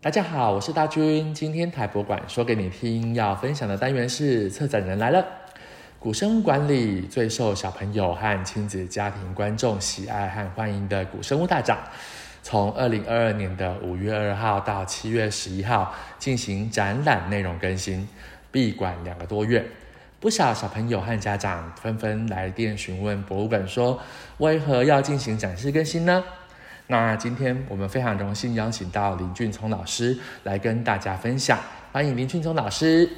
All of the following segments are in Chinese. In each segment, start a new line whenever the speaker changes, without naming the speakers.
大家好，我是大军。今天台博馆说给你听要分享的单元是策展人来了。古生物馆里最受小朋友和亲子家庭观众喜爱和欢迎的古生物大展，从二零二二年的五月二号到七月十一号进行展览内容更新，闭馆两个多月。不少小朋友和家长纷纷来电询问博物馆说，为何要进行展示更新呢？那今天我们非常荣幸邀请到林俊聪老师来跟大家分享，欢迎林俊聪老师。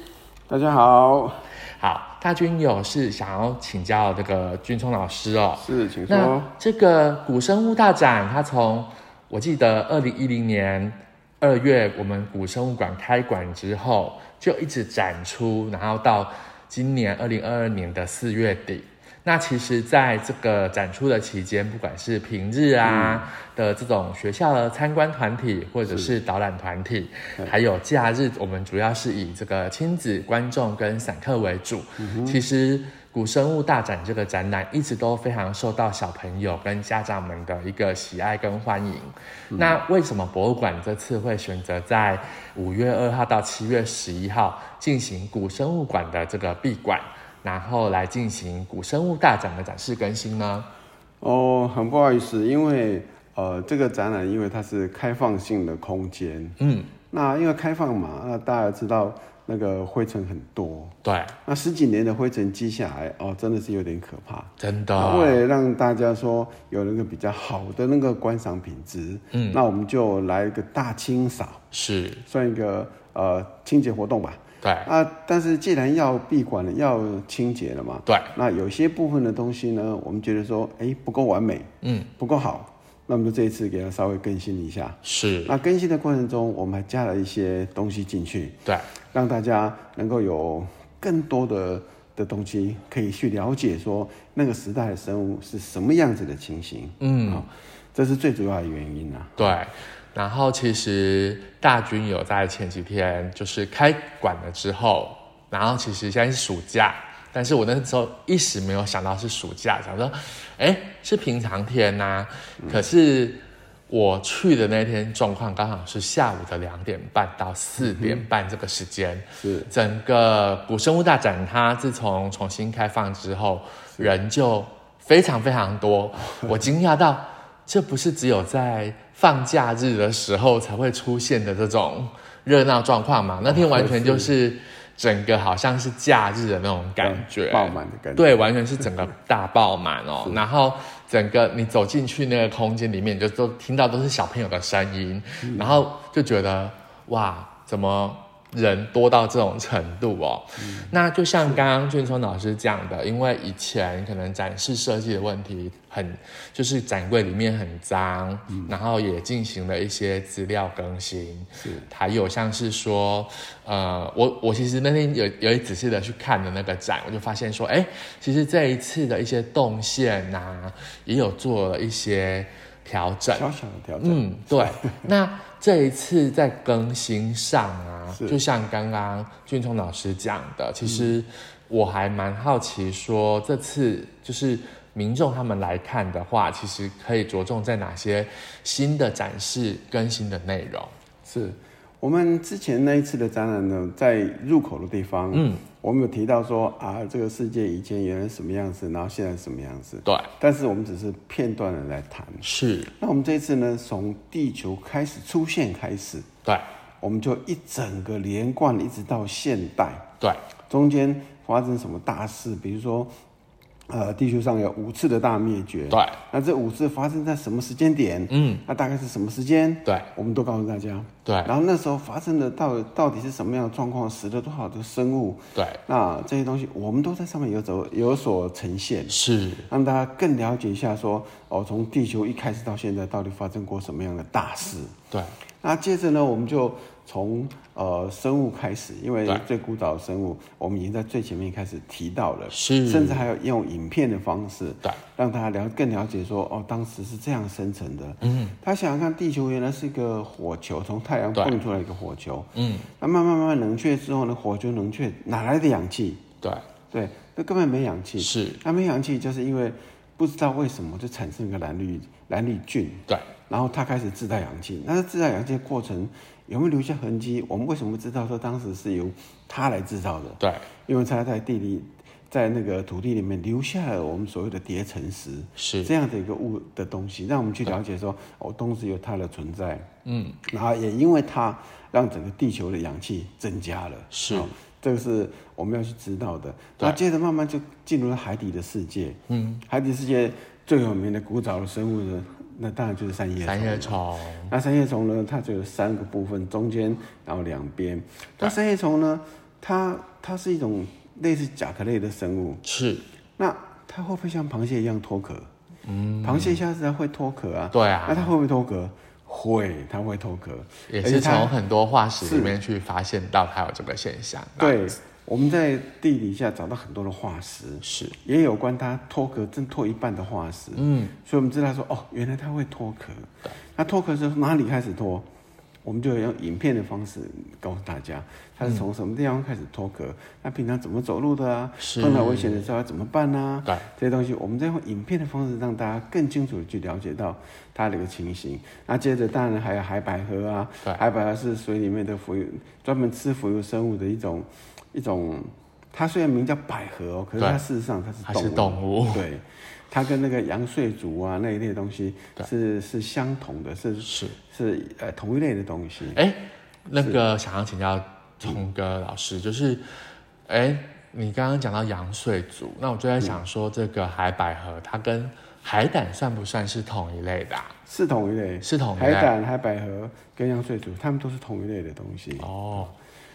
大家好，
好，大军有事想要请教这个俊聪老师哦。
是，请
那
说。
这个古生物大展，它从我记得二零一零年二月我们古生物馆开馆之后，就一直展出，然后到今年二零二二年的四月底。那其实，在这个展出的期间，不管是平日啊、
嗯
的这种学校的参观团体，或者是导览团体，还有假日，我们主要是以这个亲子观众跟散客为主。
嗯
其实古生物大展这个展览一直都非常受到小朋友跟家长们的一个喜爱跟欢迎。
嗯
那为什么博物馆这次会选择在五月二号到七月十一号进行古生物馆的这个闭馆，然后来进行古生物大展的展示更新呢？
哦，很不好意思，因为呃，这个展览因为它是开放性的空间，
嗯，
那因为开放嘛，那大家知道那个灰尘很多，
对，
那十几年的灰尘积下来，哦，真的是有点可怕。
真
那
的，
为了让大家说有那个比较好的那个观赏品质，嗯，那我们就来一个大清扫，
是，
算一个呃清洁活动吧。
对，
啊，但是既然要闭馆了，要清洁了嘛，
对，
那有些部分的东西呢，我们觉得说，哎，不够完美，
嗯，
不够好，那么就这一次给它稍微更新一下。
是，
那更新的过程中，我们还加了一些东西进去，
对，
让大家能够有更多的的东西可以去了解，说那个时代的生物是什么样子的情形。嗯、这是最主要的原因啊。
对，然后其实大军有在前几天就是开馆了之后，然后其实现在是暑假，但是我那时候一时没有想到是暑假，想说，哎，是平常天呐、可是我去的那天状况刚好是下午的两点半到四点半这个时间，
是
整个古生物大展，它自从重新开放之后，人就非常非常多。我惊讶到，这不是只有在放假日的时候才会出现的这种热闹状况嘛？那天完全就是整个好像是假日的那种感觉，
嗯爆满的感觉。
对，完全是整个大爆满哦。然后整个你走进去那个空间里面，你就都听到都是小朋友的声音，然后就觉得哇，怎么人多到这种程度哦？那就像刚刚俊聪老师讲的，因为以前可能展示设计的问题很，就是展柜里面很脏，
嗯
然后也进行了一些资料更新，
是
还有像是说，呃，我我其实那天有有仔细的去看的那个展，我就发现说，哎，其实这一次的一些动线呐、啊也有做了一些调整。
小小的调整。
嗯，对。那这一次在更新上啊，
是
就像刚刚俊聪老师讲的，其实我还蛮好奇说，这次就是民众他们来看的话，其实可以着重在哪些新的展示更新的内容？
是我们之前那一次的展览呢，在入口的地方，嗯，我们有提到说啊，这个世界以前原来什么样子，然后现在什么样子，
对，
但是我们只是片段的来谈。
是，
那我们这一次呢，从地球开始出现开始，
对，
我们就一整个连贯，一直到现代，
对，
中间发生什么大事，比如说。呃，地球上有五次的大灭绝，
对，
那这五次发生在什么时间点？嗯，那大概是什么时间？
对，
我们都告诉大家。
对，
然后那时候发生的到到底是什么样的状况，死了多少的生物，
对，
那这些东西我们都在上面有所有所呈现，
是，
让大家更了解一下说，哦，从地球一开始到现在到底发生过什么样的大事。
对，
那接着呢，我们就从呃生物开始，因为
对
最古早的生物，我们已经在最前面开始提到了，
是
甚至还有用影片的方式，
对，
让大家了更了解说，哦，当时是这样生成的。嗯，他想想看，地球原来是一个火球，从太阳
对
蹦出来一个火球，
嗯，
那慢慢慢慢冷却之后呢，火球冷却哪来的氧气？
对，
对，那根本没氧气。
是，
那没氧气就是因为不知道为什么就产生一个蓝绿蓝绿菌，
对，
然后他开始自带氧气。那自带氧气的过程有没有留下痕迹？我们为什么知道说当时是由他来制造的？
对，
因为他在地里，在那个土地里面留下了我们所谓的叠层石，
是
这样的一个物的东西，让我们去了解说，哦，当时有它的存在，嗯，然后也因为它让整个地球的氧气增加了，
是
哦这个是我们要去知道的。
对
那接着慢慢就进入了海底的世界，嗯，海底世界最有名的古早的生物呢，那当然就是三叶
三
虫
叶虫，
那三叶虫呢，它只有三个部分，中间然后两边。那三叶虫呢，它它是一种类似甲壳类的生物，
是，
那它会不会像螃蟹一样脱壳？嗯，螃蟹下次它会脱壳啊。
对
那
啊，
它会不会脱壳？会，它会脱壳。
也
而且
是
它
从很多化石
是
里面去发现到它有这个现象。，
对，我们在地底下找到很多的化石，
是
也有关它脱壳正脱一半的化石。嗯，所以我们知道说，哦，原来它会脱壳。那脱壳是从哪里开始脱？我们就用影片的方式告诉大家，它是从什么地方开始脱壳，那平常怎么走路的啊，
是
碰到危险的时候要怎么办啊？
对，
这些东西，我们再用影片的方式让大家更清楚的去了解到它的一个情形。那接着当然还有海百合啊，
对
海百合是水里面的浮游，专门吃浮游生物的一种一种。它虽然名叫百合哦，可是它
对
事实上它是
它
动物。
是动物，
对，它跟那个羊睡族啊那一类东西
对
是是相同的，是
是。
是呃同一类的东西。
哎，那个想要请教聪哥老师，就是，哎，你刚刚讲到羊水族，那我就在想说，这个海百合它跟海胆算不算是同一类的啊、
是同一类，
是同一
海
类
胆、海百合跟羊睡族，它们都是同一类的东西。
哦，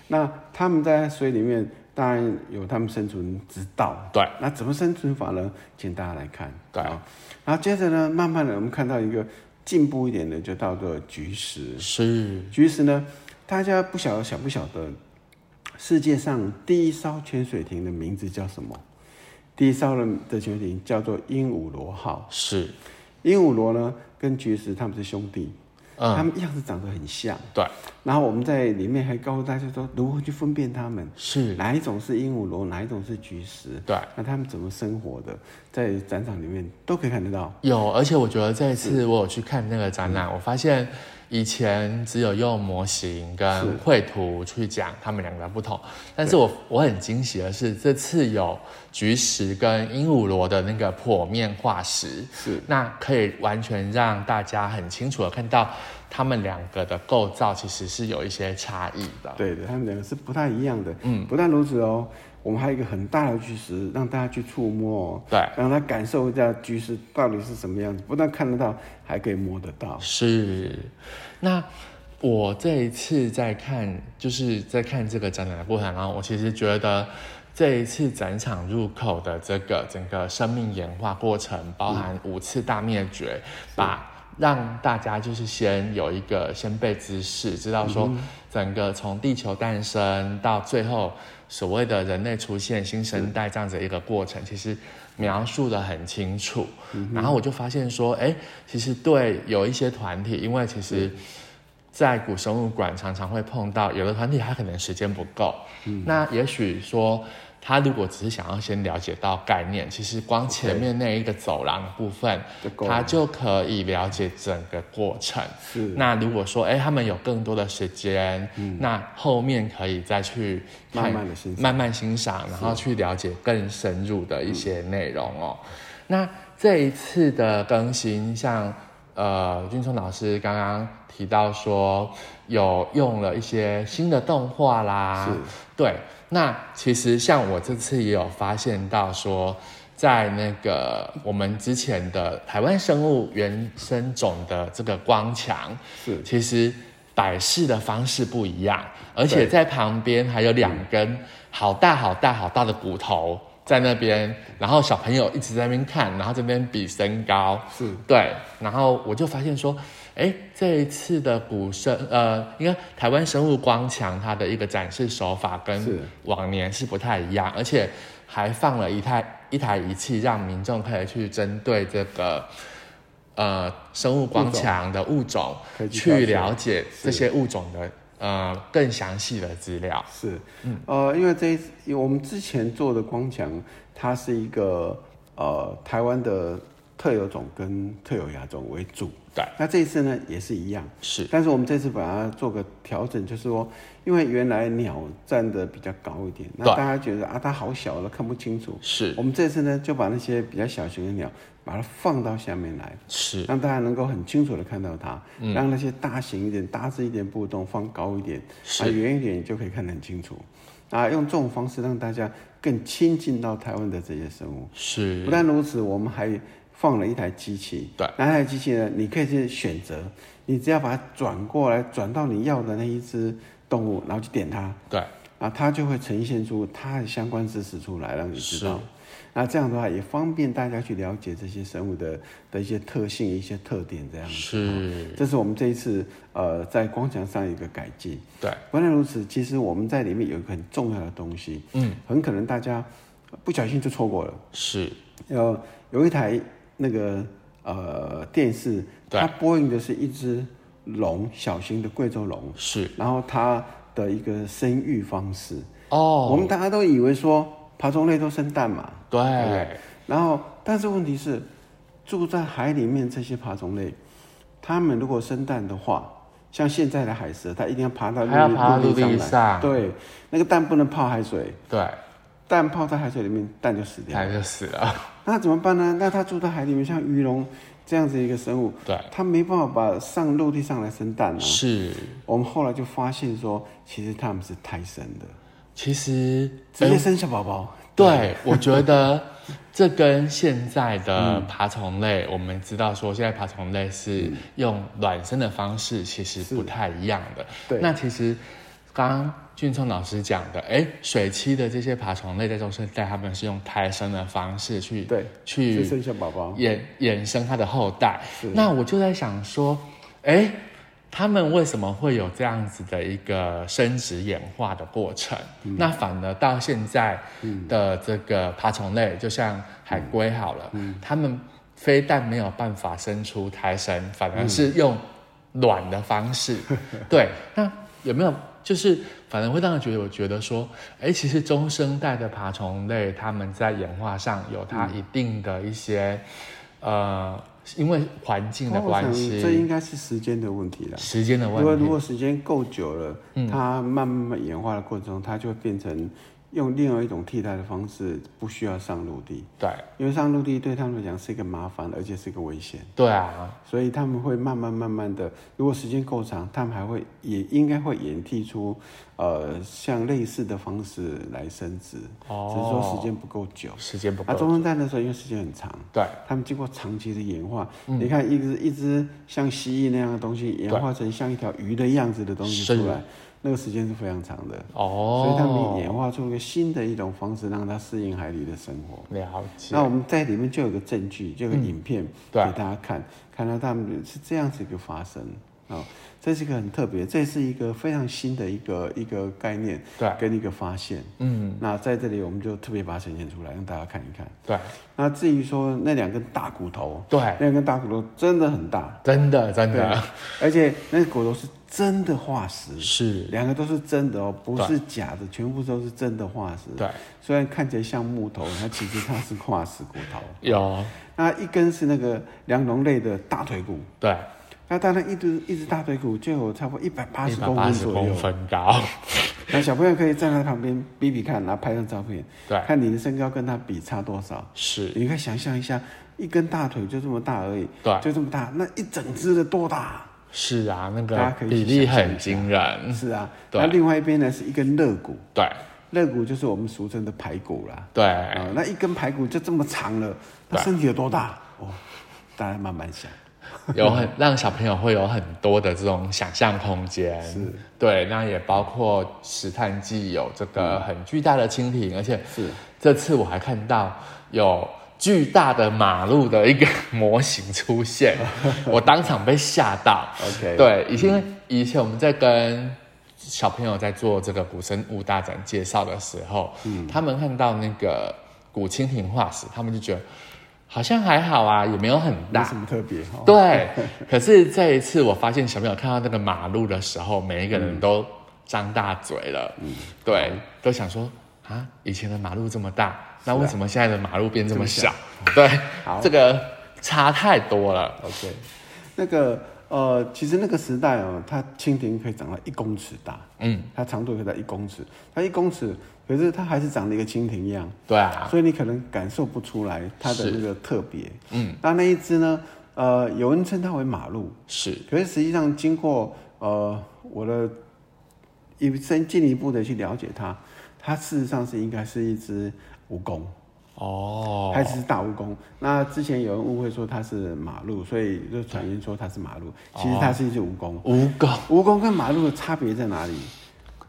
那它们在水里面当然有它们生存之道。
对，
那怎么生存法呢？请大家来看。
对
啊，然后接着呢，慢慢的我们看到一个进步一点的，就到做菊石。
是
菊石呢，大家不晓得晓不晓得，世界上第一艘潜水艇的名字叫什么？第一艘的的潜水艇叫做鹦鹉螺号。
是，
鹦鹉螺呢，跟菊石它们是兄弟，
嗯，
它们样子长得很像。
对，
然后我们在里面还告诉大家说如何去分辨它们，
是，
哪一种是鹦鹉螺，哪一种是菊石，
对。
那它们怎么生活的，在展场里面都可以看得到。
有，而且我觉得这一次我有去看那个展览，我发现以前只有用模型跟绘图去讲他们两个不同，但是我我很惊喜的是，这次有菊石跟鹦鹉螺的那个剖面化石，
是
那可以完全让大家很清楚的看到它们两个的构造其实是有一些差异的。
对的，它们两个是不太一样的。嗯，不但如此哦，我们还有一个很大的巨石，让大家去触摸、哦，
对，
让他感受一下巨石到底是什么样子，不但看得到，还可以摸得到。
是，那我这一次在看，就是在看这个展览的过程，然后我其实觉得这一次展场入口的这个整个生命演化过程，包含五次大灭绝，把。让大家就是先有一个先辈知识，知道说整个从地球诞生到最后所谓的人类出现新生代这样子一个过程，其实描述的很清楚。然后我就发现说，哎，其实对有一些团体，因为其实。在古生物馆常常会碰到，有的团体他可能时间不够，那也许说他如果只是想要先了解到概念，其实光前面那一个走廊的部分
就够，了
他就可以了解整个过程。
是
那如果说，哎、他们有更多的时间，那后面可以再去看
嗯慢慢地欣赏
慢慢欣赏，然后去了解更深入的一些内容哦。
嗯
那这一次的更新，像呃，俊聪老师刚刚提到说，有用了一些新的动画啦，对。那其实像我这次也有发现到说，在那个我们之前的台湾生物原生种的这个光墙，
是
其实摆饰的方式不一样，而且
对
在旁边还有两根好大好大好大的骨头在那边，然后小朋友一直在那边看，然后这边比身高，
是，
对，然后我就发现说，哎，这一次的古生呃，应该台湾生物光墙它的一个展示手法跟
是
往年是不太一样，而且还放了一台一台仪器，让民众可以去针对这个呃生物光墙的物种
可以去
去
了
了解这些物种的呃更详细的资料。
是，
嗯
呃，因为这一次因为我们之前做的光墙，它是一个呃台湾的特有种跟特有亚种为主。
对，
那这一次呢也是一样，
是
但是我们这次把它做个调整，就是说，因为原来鸟站得比较高一点，那
对
大家觉得啊它好小了看不清楚，
是
我们这次呢就把那些比较小型的鸟把它放到下面来，
是，嗯
让大家能够很清楚的看到它，让那些大型一点、大只一点不动放高一点，
是
啊远一点就可以看得很清楚，啊用这种方式让大家更亲近到台湾的这些生物。
是
不但如此，我们还放了一台机器。
对，
那台机器呢？你可以去选择，你只要把它转过来，转到你要的那一只动物，然后去点它，
对，
啊，它就会呈现出它的相关知识出来，让你知道。那这样的话，也方便大家去了解这些生物的的一些特性、一些特点，这样子。
是，
这是我们这一次呃在光墙上一个改进。
对，
不但如此，其实我们在里面有一个很重要的东西，
嗯，
很可能大家不小心就错过了。
是
有有一台那个呃电视，
对
它播映的是一只龙，小型的贵州龙，
是
然后它的一个生育方式，我
哦，
们大家都以为说爬虫类都生蛋嘛，
对，
然后但是问题是住在海里面这些爬虫类，它们如果生蛋的话，像现在的海蛇，它一定要爬到陆
还要爬到陆
地
地
来
上
对，那个蛋不能泡海水，
对，
蛋泡在海水里面，蛋就死掉了。
他就死了，
那怎么办呢？那它住在海里面，像鱼龙这样子一个生物，
对，
它没办法把上陆地上来生蛋啊。
是，
我们后来就发现说，其实它们是胎生的，
其实
直接生小宝宝。
嗯对，我觉得这跟现在的爬虫类，我们知道说现在爬虫类是用卵生的方式，其实不太一样的。
对
那其实刚刚俊聪老师讲的，哎，水栖的这些爬虫类在中生代，他们是用胎生的方式去
对，去
去
生小宝宝。
衍衍生它的后代
哦是。
那我就在想说，哎，他们为什么会有这样子的一个生殖演化的过程？那反而到现在的这个爬虫类，就像海龟好了，他们非但没有办法生出胎生，反而是用卵的方式。对，那有没有就是反而会让人觉得，我觉得说，哎，其实中生代的爬虫类，它们在演化上有它一定的一些，呃，因为环境的
那我
关
想这
系、
应该是时间的问题了。
时间的
因为
问
如
题，
果时间够久了，它慢慢演化的过程中，它就会变成用另外一种替代的方式，不需要上陆地，
对
因为上陆地对它们来讲是一个麻烦，而且是一个危险。
对啊，
所以他们会慢慢慢慢的，如果时间够长，他们还会也应该会演替出，呃，像类似的方式来生殖，只是说时
哦，
间不够久。
时间不
啊，
够，
中生代的时候因为时间很长，
对嗯
他们经过长期的演化，你看一只一只像蜥蜴那样的东西演化成像一条鱼的样子的东西
是
出来，那个时间是非常长的，所以他们
哦，
演化出一个新的一种方式，让它适应海里的生活。
了解
那，我们在里面就有个证据，就有个影片给
嗯对
大家看，看到他们是这样子一个发生啊、哦这是一个很特别，这是一个非常新的一个一个概念
对，
跟一个发现。
嗯，
那在这里我们就特别把它呈现出来，让大家看一看。
对
那至于说那两根大骨头，
对，
那两根大骨头真的很大，
真的真的
而且那个骨头是真的化石，
是，
两个都是真的哦，不
对
是假的，全部都是真的化石。
对，
虽然看起来像木头，它其实它是化石骨头。
有
那一根是那个梁龙类的大腿骨，
对，
那当然一只一只大腿骨就有差不多一百八
一
十
百
公
八
分
十
左
公
右。
分高，
那小朋友可以站在旁边比比看，然后拍张照片，
对，
看你的身高跟它比差多少。
是，
你可以想象一下，一根大腿就这么大而已，
对，
就这么大，那一整只的多大？
是啊，那
大
个
家可以去
比例
想象
很
一下
惊人，
是啊，
嗯对
那另外一边呢是一根肋骨，
对
肋骨就是我们俗称的排骨啦。
对，
啊、那一根排骨就这么长了，那
对
身体有多大？哦，大家慢慢想。
有很让小朋友会有很多的这种想象空间，
是，
对，那也包括石炭纪有这个很巨大的蜻蜓，而且
嗯是
这次我还看到有巨大的马路的一个 模型出现，我当场被吓到。
OK
对，以前、以前我们在跟小朋友在做这个古生物大展介绍的时候，
嗯
他们看到那个古蜻蜓化石，他们就觉得好像还好啊，也没有很大
没，什么特别哈、哦。
对， 可是这一次我发现小朋友看到那个马路的时候，每一个人都张大嘴了，对，都想说啊， 以前的马路这么大，那为什么现在的马路变这么小？对
好，
这个差太多了。
OK，那个呃，其实那个时代哦，它蜻蜓可以长到一公尺大，
嗯，
它长度可以到一公尺，它一公尺，可是它还是长得一个蜻蜓一样，
对啊，
所以你可能感受不出来它的
是
那个特别。
嗯，
那那一只呢？呃，有人称它为马路，
是，
可是实际上经过呃我的一深进一步的去了解它，它事实上是应该是一只蜈蚣。
哦，
它只是大蜈蚣。那之前有人误会说它是马路，所以就传言说它是马路，
哦
其实它是一只蜈蚣。
蜈蚣，
蜈蚣跟马路的差别在哪里？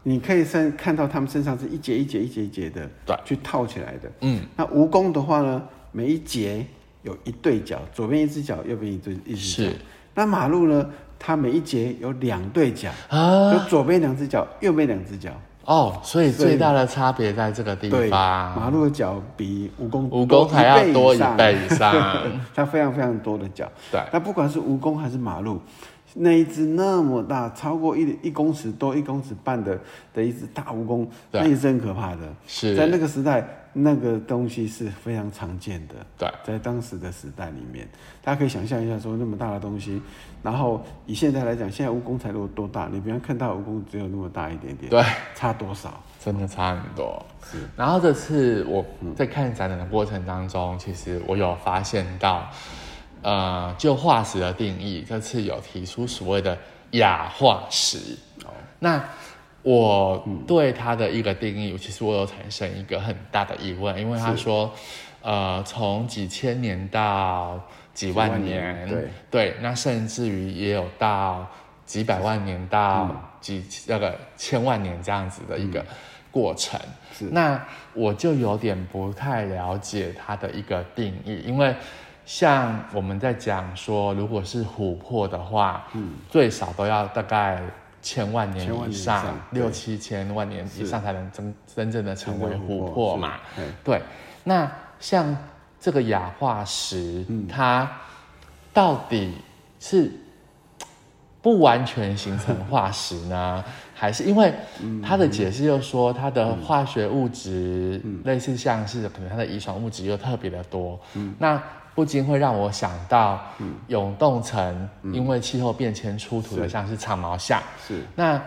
你可以身看到它们身上是一节一节一节一节的，
对
去套起来的。
嗯，
那蜈蚣的话呢，每一节有一对角，左边一只脚，右边一对一只脚
是。
那马路呢，它每一节有两对脚，
啊，
就左边两只脚，右边两只脚。
哦，所以
所以
最大的差别在这个地
对，
方，
马路的脚比蜈蚣
蜈
多
蚣还要多
以
一
上
倍以上，
它非常非常多的脚。
对，
那不管是蜈蚣还是马路，那一只那么大，超过一一公尺多、一公尺半的的一只大蜈蚣，
对
那也是很可怕的。在
是，
那个时代，那个东西是非常常见的。
对，
在当时的时代里面，大家可以想象一下，说那么大的东西，然后以现在来讲，现在蜈蚣才多多大？你不要看到蜈蚣只有那么大一点点，
对，啊
差多少？
真的差很多。然后这次我在看展览的过程当中，其实我有发现到，呃，就化石的定义，这次有提出所谓的亚化石。那我对它的一个定义，其实我有产生一个很大的疑问，因为他说，呃，从几千年到几万年，
几万年
对，那甚至于也有到几百万年到几那个千万年这样子的一个过程。
是
那我就有点不太了解它的一个定义，因为像我们在讲说，如果是琥珀的话，嗯，最少都要大概千万年
千万
以
年以
上
上，
六
对
七千万年以上才能真真正的成为琥珀嘛。
是？对
对，那像这个氧化石，
嗯
它到底是不完全形成化石呢，还是因为
嗯
它的解释又说它的化学物质，
嗯
类似像是可能它的遗传物质又特别的多，
嗯
那。不禁会让我想到永冻层，
嗯
因为气候变迁出土的像是长毛象，
是，
那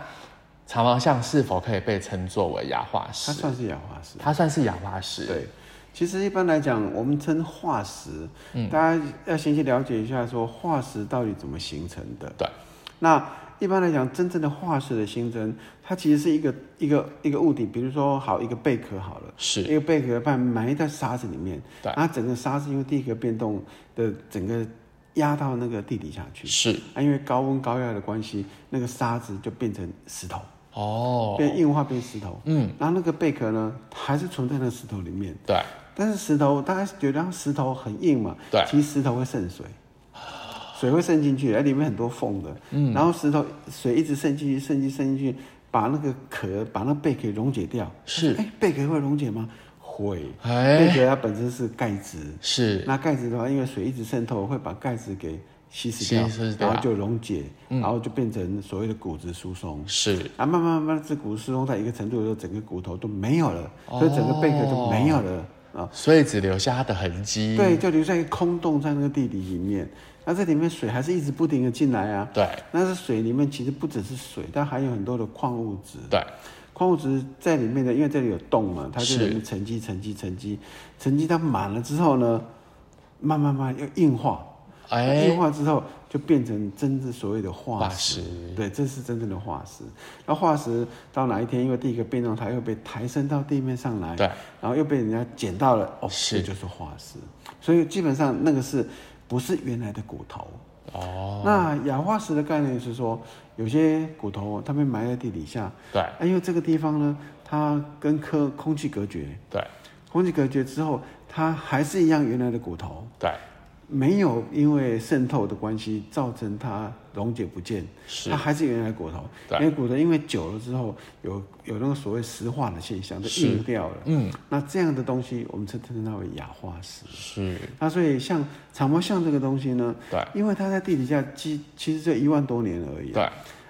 长毛象是否可以被称作为氧化
它
石？
算是氧化石。
它算是氧化石，
对，其实一般来讲，我们称化石，
嗯
大家要先去了解一下，说化石到底怎么形成的。
对，
那一般来讲，真正的化石的形成，它其实是一个一个一个物体，比如说好一个贝壳好了，
是
一个贝壳被埋在沙子里面，
对
然后整个沙子因为地壳变动的整个压到那个地底下去，
是
啊，因为高温高压的关系，那个沙子就变成石头，
哦，
变硬化变石头。
嗯，
然后那个贝壳呢，还是存在那个石头里面，
对，
但是石头大家觉得石头很硬嘛，
对
其实石头会渗水，水会渗进去，哎，里面很多缝的，嗯，然后石头水一直渗进去，渗进去渗进去，把那个壳，把那贝壳溶解掉，
是，
哎，贝壳会溶解吗？会，贝
哎，
壳它本身是钙质，
是
那钙质的话，因为水一直渗透，会把钙质给稀释掉，
稀释掉嗯
然后就溶解，然后就变成所谓的骨质疏松。
是，
啊，慢慢慢慢，这骨质疏松到一个程度的时候，整个骨头都没有了，所以整个贝壳
哦
就没有了啊。
所以只留下它的痕迹，
对，就留下一个空洞在那个地底里面。那这里面水还是一直不停的进来啊。
对
那这水里面其实不只是水，它含有很多的矿物质。
对
矿物质在里面的，因为这里有洞嘛，它就是里面沉积、沉积、沉积，沉积到满了之后呢，慢慢慢又硬化，
哎
硬，化之后就变成真正所谓的化
化
石
石。
对，这是真正的化石。那化石到哪一天，因为第一个变动，它又被抬升到地面上来，
对，
然后又被人家捡到了，哦，
是
这就是化石。所以基本上那个是不是原来的骨头？
哦，
那氧化石的概念是说，有些骨头它被埋在地底下，
对
啊因为这个地方呢，它跟科空气隔绝，
对
空气隔绝之后，它还是一样原来的骨头，
对，
没有因为渗透的关系造成它溶解不见，
是
它还是原来的骨头。
对
因为骨头因为久了之后有有那个所谓石化的现象，就是硬掉了。
嗯，
那这样的东西我们称称它为氧化石。
是，
那所以像长毛象这个东西呢，
对
因为它在地底下其其实就一万多年而已，
对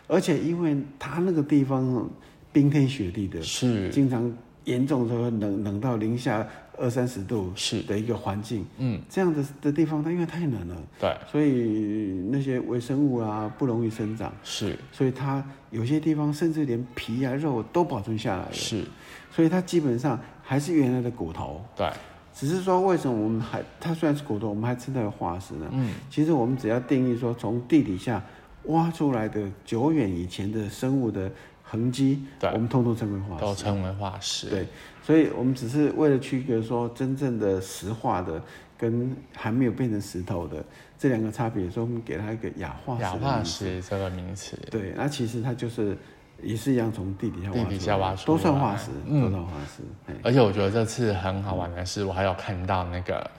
而且因为它那个地方冰天雪地的，
是，
经常一严重的时候冷冷到零下二三十度
是
的一个环境，
嗯，
这样的的地方它因为太冷了，
对，
所以那些微生物啊不容易生长，
是
所以它有些地方甚至连皮啊肉都保存下来了，
是，
所以它基本上还是原来的骨头，
对，
只是说为什么我们还它虽然是骨头，我们还称它为化石呢？
嗯，
其实我们只要定义说从地底下挖出来的久远以前的生物的痕迹，
对
我们通通称为化石。
都称为化石。
对，所以我们只是为了区隔说真正的石化的跟还没有变成石头的这两个差别，所以我们给它一个亚化石。
氧化。石这个名词，
对，那其实它就是也是一样从地底下挖
地底下挖出
都算
来
化石，
嗯
都算化石。哎
而且我觉得这次很好玩的是，我还有看到那个，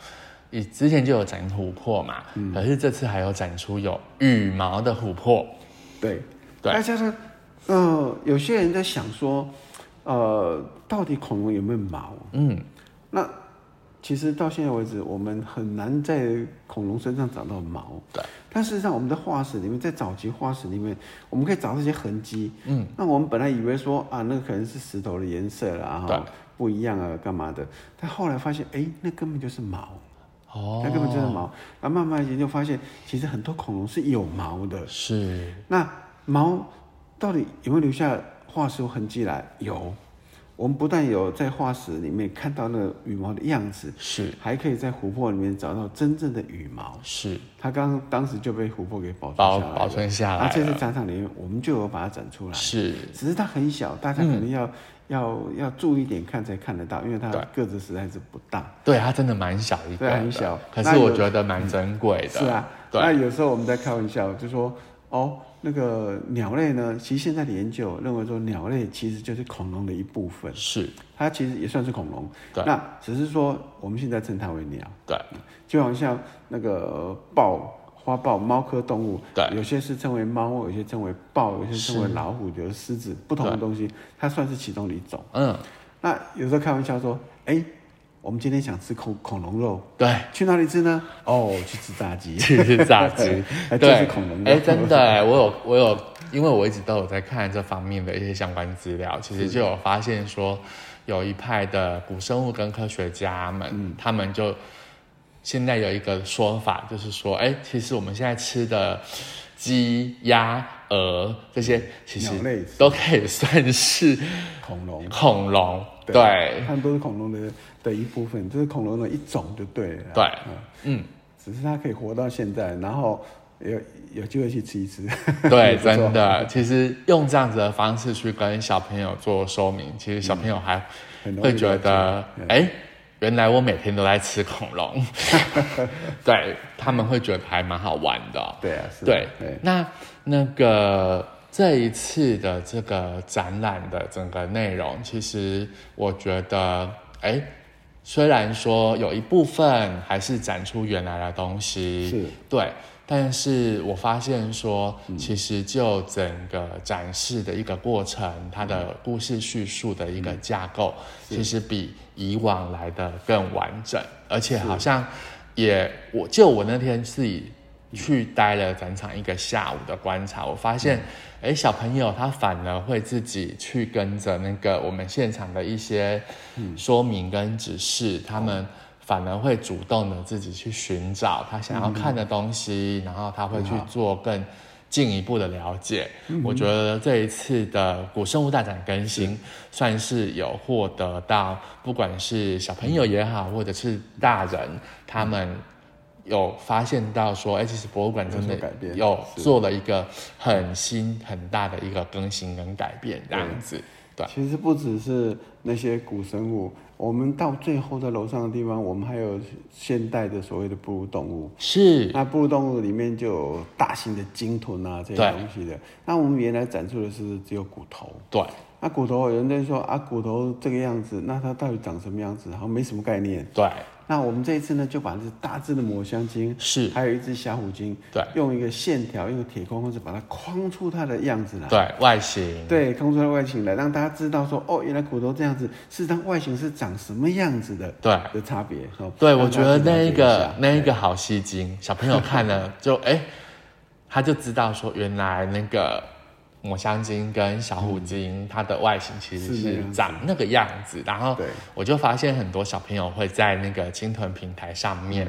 以之前就有展琥珀嘛，可是这次还有展出有羽毛的琥珀，
对，
对
再加上，呃，有些人在想说，呃，到底恐龙有没有毛？啊
嗯，
那其实到现在为止，我们很难在恐龙身上找到毛。
对。
但事实上，我们的化石里面，在早期化石里面，我们可以找到一些痕迹。
嗯。
那我们本来以为说啊，那个可能是石头的颜色啦，
对
哈，不一样啊，干嘛的？但后来发现，哎，那根本就是毛，
哦，
那根本就是毛。那慢慢研究发现，其实很多恐龙是有毛的。
是
那毛到底有没有留下化石痕迹来？有，我们不但有在化石里面看到那个羽毛的样子，
是
还可以在琥珀里面找到真正的羽毛。
是，
它刚当时就被琥珀给保存
保
下来，
保存下
啊，
来
这次
了，
展场里面我们就有把它展出来，
是嗯
只是它很小，大家可能要、要要注意点看才看得到，因为它
对
个子实在是不大。
对，它真的蛮小一个
对啊
的，
很小
可
那
是
有
我觉得蛮珍贵的。
是啊，
对
那有时候我们在开玩笑，就说哦，那个鸟类呢，其实现在的研究认为说鸟类其实就是恐龙的一部分，
是，
它其实也算是恐龙。
对
那只是说我们现在称它为鸟，
对，
就好像那个豹。花豹、猫科动物，
对
有些是称为猫，有些称为豹，有些称为
是
老虎，有的狮子，不同的
对
东西，它算是其中的一种。
嗯，
那有时候开玩笑说，哎、我们今天想吃恐恐龙肉，
对，
去哪里吃呢？哦，去吃炸鸡。
其实炸鸡
哎，就
对
是恐龙，
哎，真的， 哎，我有我有，因为我一直都有在看这方面的一些相关资料，其实就有发现说，有一派的古生物跟科学家们，
嗯
他们就现在有一个说法，就是说，哎，其实我们现在吃的鸡、鸭、鹅这些，其实
鸟类
都可以算是
恐龙，
恐龙，
对
对
它们都是恐龙的的一部分，就是恐龙的一种就对了。
对
嗯，
嗯，
只是它可以活到现在，然后有有机会去吃一吃。
对，
也不错
真的，其实用这样子的方式去跟小朋友做说明，其实小朋友还
嗯很容易
会觉得，哎、原来我每天都在吃恐 龙，对他们会觉得还蛮好玩的哦、
对啊，是啊
对
对，
那那个这一次的这个展览的整个内容，其实我觉得，哎，虽然说有一部分还是展出原来的东西，
是
对，但是我发现说，其实就整个展示的一个过程，它的故事叙述的一个架构，其实比以往来的更完整，而且好像也我就我那天自己去待了展场一个下午的观察，我发现，哎、小朋友他反而会自己去跟着那个我们现场的一些说明跟指示，他们反而会主动的自己去寻找他想要看的东西，
嗯
然后他会去做更。进一步的了解，
嗯
我觉得这一次的古生物大展更新，算是有获得到，不管是小朋友也好，或者是大人，
嗯
他们有发现到说，哎、其实博物馆真的
有所改变
有
是
做了一个很新很大的一个更新跟改变，这样子，对，
其实不只是那些古生物，我们到最后在楼上的地方，我们还有现代的所谓的哺乳动物。
是，
那哺乳动物里面就有大型的鲸豚啊这些
对
东西的。那我们原来展出的是只有骨头，
对，
那啊骨头有人在说啊，骨头这个样子，那它到底长什么样子？好像没什么概念。
对，
那我们这一次呢，就把这大只的抹香鲸，
是，
还有一只小虎鲸，
对，
用一个线条，用铁框框子把它框出它的样子来。
对，外形，
对，框出它的外形来，让大家知道说，哦，原来骨头这样子，事实上外形是长什么样子的
对，
的差别。哦
对，我觉得
让大家
那
去
一
了解
个
下
那一个好吸睛，小朋友看了就哎、他就知道说原来那个抹香鲸跟小虎鲸，它的外形其实
是那
是
样子
长那个样子。然后
对
我就发现很多小朋友会在那个鲸豚平台上面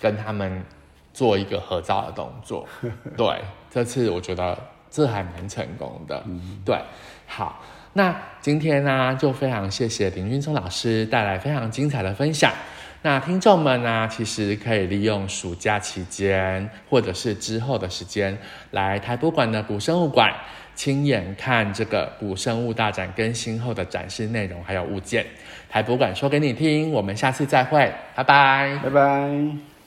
跟他们做一个合照的动作。对，这次我觉得这还蛮成功的。对，好，那今天呢、就非常谢谢林俊聪老师带来非常精彩的分享。那听众们呢、其实可以利用暑假期间或者是之后的时间，来台博馆的古生物馆亲眼看这个古生物大展更新后的展示内容还有物件。台博馆说给你听，我们下次再会，拜拜。
拜拜。